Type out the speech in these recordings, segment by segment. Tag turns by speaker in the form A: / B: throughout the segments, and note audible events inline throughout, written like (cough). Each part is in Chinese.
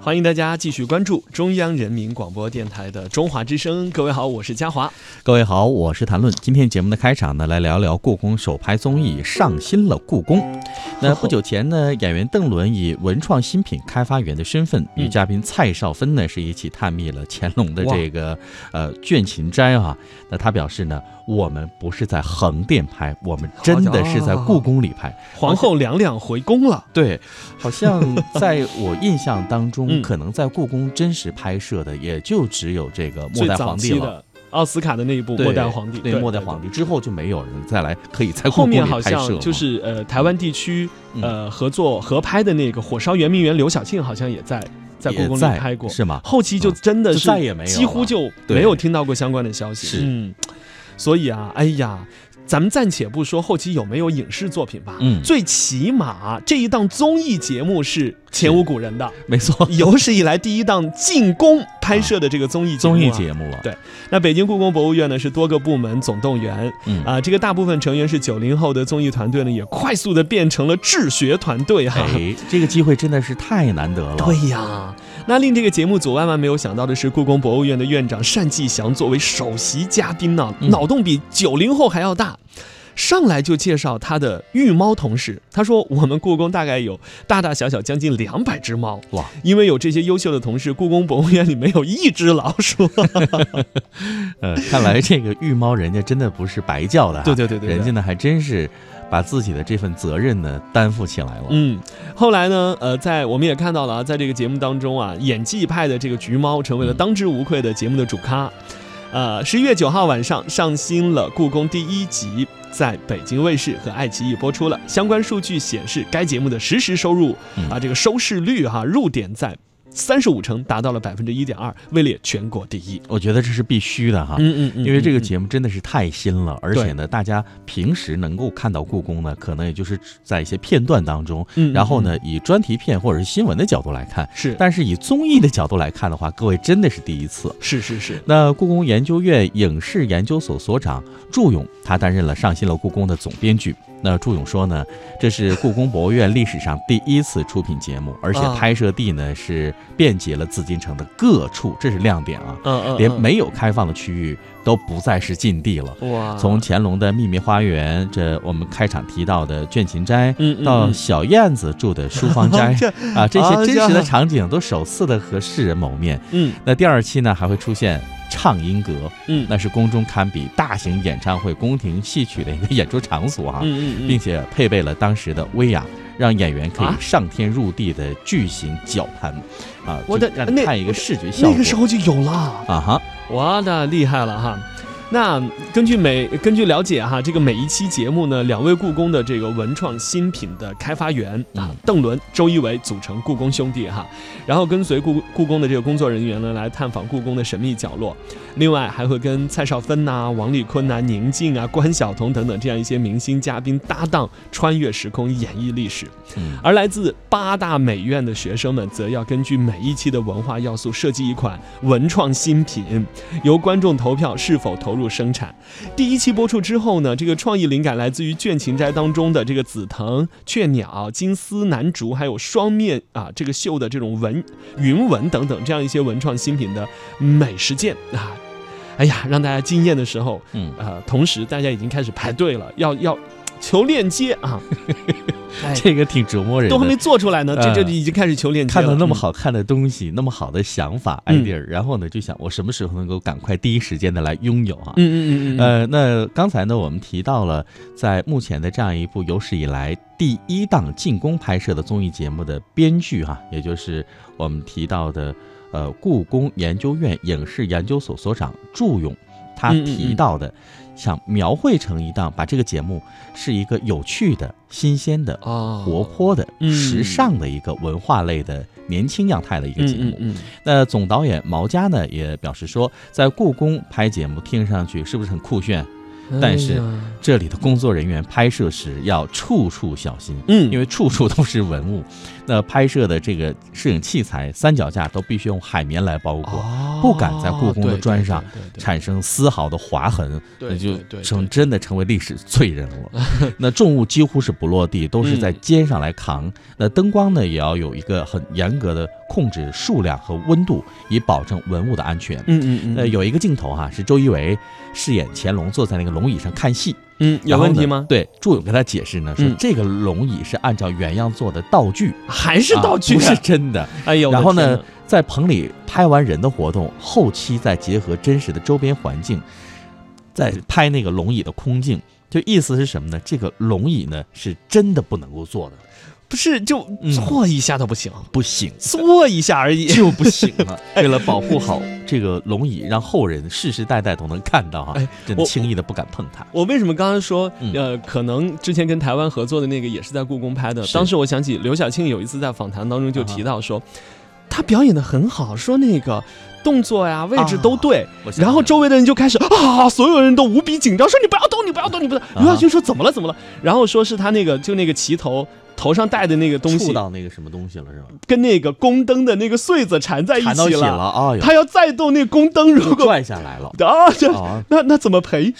A: 欢迎大家继续关注中央人民广播电台的《中华之声》。各位好，我是嘉华。
B: 各位好，我是谭论。今天节目的开场呢，来聊聊故宫首拍综艺《上新了故宫》。
A: 哦
B: 那不久前呢，演员邓伦以文创新品开发员的身份，
A: 嗯
B: 与嘉宾蔡少芬呢是一起探秘了乾隆的这个呃倦勤斋啊。那他表示呢，我们不是在横店拍，我们真的是在故宫里拍。
A: 皇后娘娘回宫
B: (laughs)
A: 了， (laughs)
B: 对，好像在我印象当中，
A: 嗯
B: 可能在故宫真实拍摄的也就只有这个《末
A: 最
B: 代
A: 早
B: 皇帝
A: 期》
B: 了。
A: 的奥斯卡的那一部《
B: 对
A: 末代皇帝》。
B: 对末代皇
A: 帝。
B: 帝之后就没有人再来可以在故
A: 后
B: 宫里
A: 面好
B: 拍摄
A: 像
B: 了
A: 就是呃，台湾地区
B: 嗯
A: 呃合作合拍的那个《火烧圆明园》，刘晓庆好像也在在故
B: 也
A: 宫里
B: 在
A: 拍过。
B: 是吗？
A: 后期就
B: 嗯
A: 真的
B: 就是再也没有
A: 几乎
B: 了
A: 就
B: 对
A: 没有听到过相关的消息。
B: 是
A: 嗯，所以啊，哎呀，咱们暂且不说后期有没有影视作品吧，
B: 嗯
A: 最起码这一档综艺节目是前无古人的，(laughs)
B: 没错，
A: 有史以来第一档进宫拍摄的这个综艺节目、
B: 哦综艺。节目了。啊
A: 对那北京故宫博物院呢是多个部门总动员，
B: 嗯
A: 啊、这个大部分成员是九零后的综艺团队呢，也快速的变成了治学团队啊哈、 (laughs)
B: 哎，这个机会真的是太难得了。
A: 对呀，那令这个节目组万万没有想到的是，故宫博物院的院长单霁翔作为首席嘉宾呢、
B: 嗯
A: 脑洞比九零后还要大。上来就介绍他的御猫同事，他说：“我们故宫大概有大大小小将近两百只猫，
B: 哇，
A: 因为有这些优秀的同事，故宫博物院里没有一只老鼠。
B: 呃，看来这个御猫人家真的不是白叫的
A: (laughs)
B: 啊。
A: 对对对对对
B: 人家呢还真是把自己的这份责任呢担负起来了。
A: 嗯，后来呢，呃，在我们也看到了啊，在这个节目当中啊，演技派的这个橘猫成为了当之无愧的节目的主咖。呃，十一月九号晚上上新了《故宫》第一集，在北京卫视和爱奇艺播出了。相关数据显示，该节目的实时收入
B: 嗯
A: 啊，这个收视率哈、入点在三十五成，达到了百分之一点二，位列全国第一。
B: 我觉得这是必须的哈。
A: 嗯嗯嗯
B: 啊因为这个
A: 嗯
B: 节目真的是太新了，而且呢，大家平时能够看到故宫呢，可能也就是在一些片段当中，
A: 嗯
B: 然后
A: 嗯
B: 呢，以专题片或者是新闻的角度来看，
A: 是
B: 但是以综艺的角度来看的话，各位真的是第一次。
A: 是是是，
B: 那故宫研究院影视研究所所长祝勇，他担任了上新了故宫的总编剧。那祝勇说呢，这是故宫博物院历史上第一次出品节目，而且
A: 啊
B: 拍摄地呢是遍及了紫禁城的各处，这是亮点啊。
A: 嗯嗯，
B: 连
A: 嗯
B: 没有开放的区域都不再是禁地了。
A: 哇，
B: 从乾隆的秘密花园，这我们开场提到的倦勤斋，
A: 嗯嗯
B: 到
A: 嗯
B: 小燕子住的书房
A: (laughs)
B: 斋
A: 这
B: 啊，这
A: 啊
B: 些
A: 这
B: 真实的
A: 样
B: 场景都首次的和世人谋面。
A: 嗯
B: 那第二期呢，还会出现畅音阁，
A: 嗯
B: 那是宫中堪比大型演唱会、宫廷戏曲的一个演出场所啊，
A: 嗯嗯
B: 并且配备了当时的威亚，让演员可以
A: 啊
B: 上天入地的巨型绞盘，啊，
A: 我
B: 就
A: 的
B: 让你
A: 那
B: 看一个视觉效果。
A: 那个时候就有了。
B: 啊哈，
A: 哇的厉害了哈！那根据每根据了解哈，这个每一期节目呢，两位故宫的这个文创新品的开发员啊
B: 嗯，
A: 邓伦、周一围组成故宫兄弟哈，然后跟随故故宫的这个工作人员呢，来探访故宫的神秘角落。另外还会跟蔡少芬呐、王丽坤呐、宁静啊、关晓彤等等这样一些明星嘉宾搭档，穿越时空演绎历史。
B: 嗯
A: 而来自八大美院的学生们，则要根据每一期的文化要素设计一款文创新品，由观众投票是否投入生产。第一期播出之后呢，这个创意灵感来自于《倦勤斋》当中的这个紫藤、雀鸟、金丝楠竹，还有双面啊这个绣的这种纹云纹等等这样一些文创新品的美食件啊。哎呀，让大家惊艳的时候，
B: 嗯，
A: 呃，同时大家已经开始排队了，要要求链接啊，哎
B: 这个挺折磨人的。
A: 都还没做出来呢，这
B: 呃
A: 这就已经开始求链接
B: 看
A: 了。
B: 到那么
A: 嗯，
B: 好看的东西，那么好的想法
A: 嗯
B: idea，、然后呢就想我什么时候能够赶快第一时间的来拥有啊？
A: 嗯嗯嗯嗯，
B: 呃，那刚才呢我们提到了，在目前的这样一部有史以来第一档进宫拍摄的综艺节目的编剧哈、也就是我们提到的呃故宫研究院影视研究所所长祝勇，他
A: 嗯嗯嗯
B: 提到的。想描绘成一档，把这个节目是一个有趣的、新鲜的、
A: 哦，
B: 活泼的、
A: 嗯
B: 时尚的一个文化类的年轻样态的一个
A: 嗯
B: 节目。
A: 嗯嗯，
B: 那总导演毛佳呢也表示说，在故宫拍节目听上去是不是很酷炫？
A: 嗯
B: 但是
A: 哎呀
B: 这里的工作人员拍摄时要处处小心。
A: 嗯，
B: 因
A: 为
B: 为处处都是文 (laughs) 物，那拍摄的这个摄影器材、三脚架都必须用海绵来包裹，
A: 哦，
B: 不敢在故宫的砖上
A: 对对对对
B: 产生丝毫的划痕，
A: 对
B: 那就
A: 对对
B: 成
A: 对
B: 真的成为历史罪人
A: (laughs)
B: 了。那重物几乎是不落地，都是在
A: 嗯
B: 肩上来扛。那灯光呢，也要有一个很严格的控制数量和温度，以保证文物的安全。
A: 嗯嗯嗯，
B: 呃，有一个镜头哈、是周一围饰演乾隆坐在那个龙椅上看戏，
A: 嗯有
B: 然后
A: 问
B: 呢
A: 题吗？
B: 对，祝勇跟他解释呢，说
A: 嗯
B: 这个龙椅是按照原样做的道具，
A: 还是
B: 啊
A: 道具
B: 不
A: 啊
B: 是真的。
A: 哎呦，我的
B: 然后呢
A: 天
B: 在棚里拍完人的活动，后期再结合真实的周边环境，再拍那个龙椅的空镜。就意思是什么呢？这个龙椅呢是真的不能够坐的，
A: 哪，不是就
B: 嗯
A: 坐一下都不行，(laughs)
B: 不行，
A: 坐一下而已。
B: 就不行了。 (laughs) 为了保护好这个龙椅，让后人世世代代都能看到哈、
A: 哎
B: 真
A: 我
B: 轻易的不敢碰它。
A: 我为什么刚刚说
B: 嗯，
A: 呃，可能之前跟台湾合作的那个也是在故宫拍的。
B: 是啊
A: 当时我想起刘晓庆有一次在访谈当中就提到说，他表演的很好，说那个动作呀、位置都对，
B: 我啊想
A: 然后
B: 想
A: 周围的人就开始啊，所有人都无比紧张，说你不要动，你不要动，你不要动。
B: 啊
A: 刘晓庆说怎么了怎么了？然后说是他那个就那个旗头头上戴的那个东
B: 触
A: 西，
B: 到那个什么东西了是吧？
A: 跟那个宫灯的那个穗子缠在一
B: 缠到
A: 起
B: 血了，
A: 了。
B: 啊，呦，
A: 他要再动那个宫灯，如
B: 就 (laughs)
A: 果
B: 拽下
A: (laughs)
B: 来了
A: 啊，这
B: 啊，
A: 那那怎么赔？ (laughs)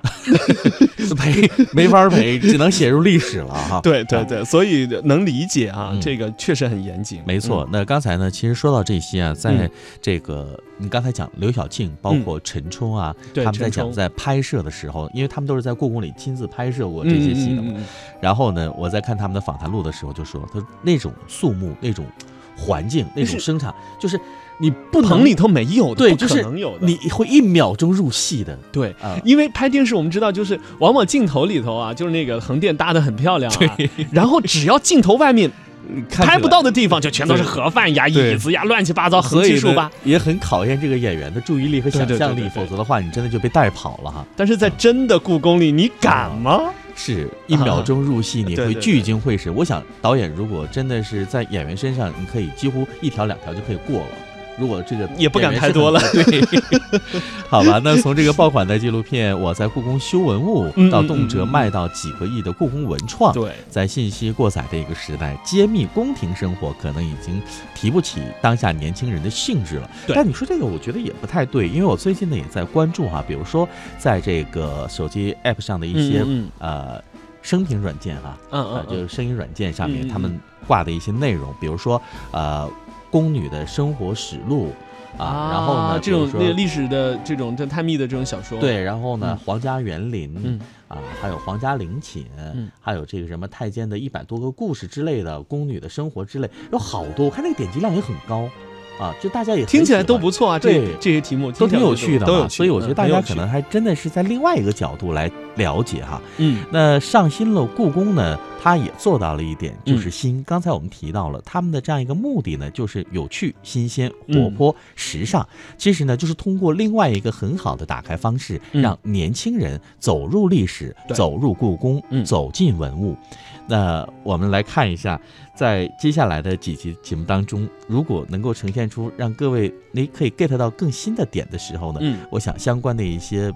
B: 是赔没法赔，只能写入历史了 (laughs) 哈。
A: 对对对，所以能理解啊，
B: 嗯
A: 这个确实很严谨。嗯
B: 没错，那刚才呢，其实说到这些啊，在这个你刚才讲刘晓庆，包括陈冲啊，
A: 嗯对
B: 他们在
A: 陈
B: 讲
A: 冲
B: 在拍摄的时候，因为他们都是在故宫里亲自拍摄过
A: 嗯，
B: 这些戏的
A: 嗯
B: 嘛。
A: 嗯嗯
B: 然后呢，我在看他们的访谈录的时候就说，他说那种肃穆、那种环境、那
A: 是
B: 种生产，就是你不
A: 棚
B: 能
A: 里头没有的，
B: 对
A: 嗯不
B: 就
A: 可
B: 是
A: 能有的。
B: 你会一秒钟入戏的
A: 对，
B: (laughs) 啊。
A: 因为拍电视我们知道，就是往往镜头里头啊，就是那个横店搭的很漂亮啊，然后只要镜头外面
B: (laughs) 看起
A: 拍
B: 来
A: 不到的地方，就全都是
B: 对
A: 盒饭呀、
B: 对
A: 椅子呀、乱七八糟横
B: 所
A: 七
B: 以
A: 竖
B: 呢
A: 八。
B: 也很考验这个演员的注意力和
A: 对
B: 想
A: 对对
B: 象
A: 对
B: 力，
A: 对
B: 否则的话，你真的就被带跑了哈。
A: 但是在真的故宫里，你敢吗？
B: 是一秒钟入戏，你
A: 啊对
B: 会
A: 对
B: 聚
A: 对
B: 精会神。我想，导演如果真的是在演员身上，你可以几乎一条两条就可以过了。如果这个
A: 也不敢
B: 演员是
A: 太多了
B: 很，对， (laughs) 好吧。那从这个爆款的纪录片《我在故宫修文物》
A: 嗯
B: 到
A: 嗯
B: 动
A: 嗯
B: 辄
A: 嗯
B: 卖到几个亿的故宫文创，
A: 对，
B: 在信息过载的一个时代，揭秘宫廷生活可能已经提不起当下年轻人的兴致了。
A: 对
B: 但你说这个，我觉得也不太对，因为我最近呢也在关注哈、比如说在这个手机 app 上的一些、
A: 嗯
B: 呃声频软件哈、
A: 嗯
B: 呃
A: 嗯，
B: 就是声音软件上面
A: 嗯嗯
B: 他们挂的一些内容，比如说呃宫女的生活史录啊，然后呢，
A: 这种
B: 比如
A: 那个
B: 说
A: 历史的这种这探秘的这种小说，，
B: 对，然后呢，
A: 嗯
B: 皇家园林，
A: 嗯
B: 啊，还有皇家陵寝，
A: 嗯
B: 还有这个什么太监的一百多个故事之类的，宫女的生活之类，有好多，我看那个点击量也很高，啊，就大家也很
A: 听起来
B: 喜欢
A: 都不错啊，这
B: 对
A: 这些题目
B: 都
A: 听起
B: 挺
A: 来
B: 有趣的
A: 都
B: 嘛
A: 有趣，
B: 所以我觉得
A: 嗯
B: 大
A: 很
B: 家
A: 有
B: 可
A: 趣
B: 能还真的是在另外一个角度来了解哈。
A: 嗯
B: 那上新了故宫呢，它也做到了一点，
A: 嗯
B: 就是新。刚才我们提到了他们的这样一个目的呢，就是有趣、新鲜、
A: 嗯
B: 活泼、时尚。其实呢，就是通过另外一个很好的打开方式，
A: 嗯
B: 让年轻人走入历史、
A: 对
B: 走入故宫、
A: 嗯
B: 走进文物。那我们来看一下，在接下来的几期节目当中，如果能够呈现出让各位你可以 get 到更新的点的时候呢，
A: 嗯，
B: 我想相关的一些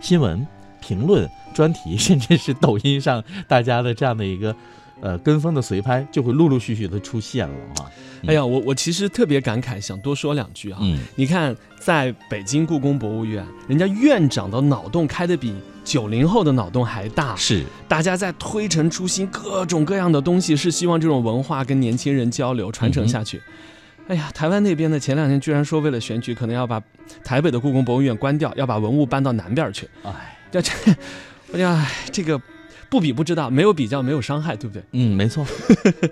B: 新闻、评论、专题， (laughs) 甚至是抖音上大家的这样的一个呃跟风的随拍，就会陆陆续续的出现了啊哈。
A: 哎呀，我我其实特别感慨，想多说两句啊。
B: 嗯，
A: 你看，在北京故宫博物院，人家院长的脑洞开的比九零后的脑洞还大，
B: 是
A: 大家在推陈出新，各种各样的东西，是希望这种文化跟年轻人交流传承下去。哎呀，台湾那边呢，前两天居然说为了选举，可能要把台北的故宫博物院关掉，要把文物搬到南边去。
B: 哎，
A: 要这，哎呀，这个不比不知道，没有比较没有伤害，对不对？
B: 嗯，没 (laughs) 错。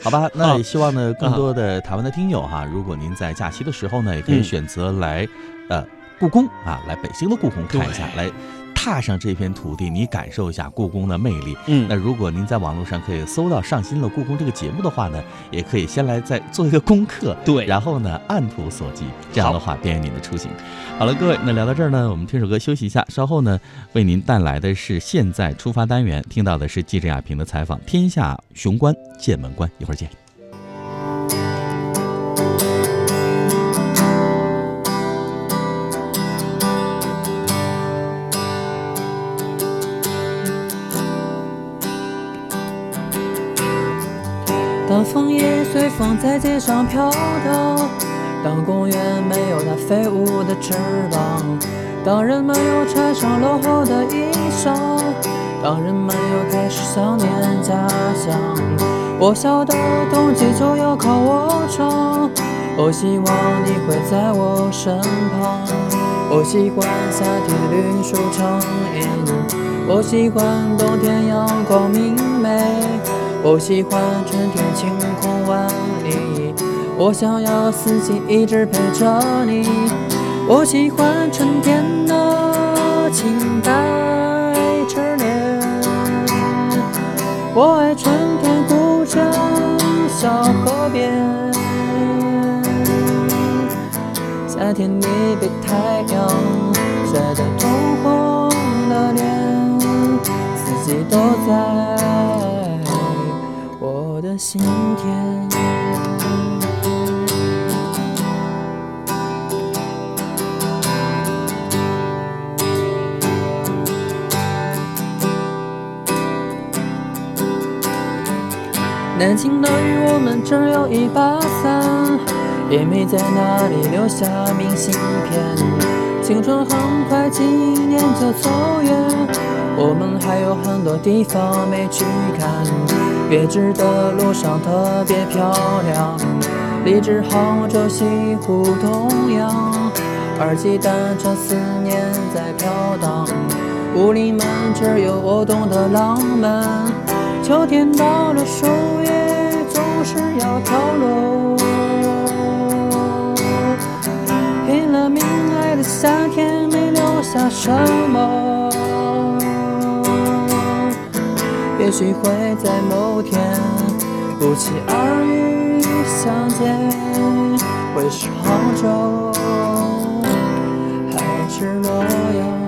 B: 好吧，那也希望呢，更
A: 啊
B: 多的台湾的听友哈，如果您在假期的时候呢，也可以
A: 嗯
B: 选择来呃故宫啊，来北京的故宫看一下，
A: 对
B: 来踏上这片土地，你感受一下故宫的魅力。
A: 嗯，
B: 那如果您在网络上可以搜到“上新了故宫”这个节目的话呢，也可以先来再做一个功课，
A: 对
B: 然后呢按图索骥，这样的话便于您的出行。好了，各位，那聊到这儿呢，我们听首歌休息一下，稍后呢为您带来的是现在出发单元，听到的是记者亚平的采访《天下雄关见闻观》，一会儿见。
C: 当枫叶随风在街上飘荡，当公园没有它飞舞的翅膀。当人们又穿上落后的衣裳，当人们又开始想念家乡，我晓得冬季就要靠我闯。我希望你会在我身旁。我喜欢夏天绿树长影，我喜欢冬天阳光明媚，我喜欢春天晴空万里。我想要四季一直陪着你，我喜欢春天的青苔之恋，我爱春天古城小河边。夏天你被太阳晒得通红了脸，四季都在我的心田。南京的雨，我们只有一把伞，也没在那里留下明信片。青春很快，几年就走远，我们还有很多地方没去看。别致的路上特别漂亮，荔枝、杭州、西湖、东阳，二级单车思念在飘荡。五里门只有我懂得浪漫，秋天到了，树叶总是要飘落。拼了命爱的夏天，没留下什么。也许会在某天不期而遇相见，会是杭州，还是洛阳？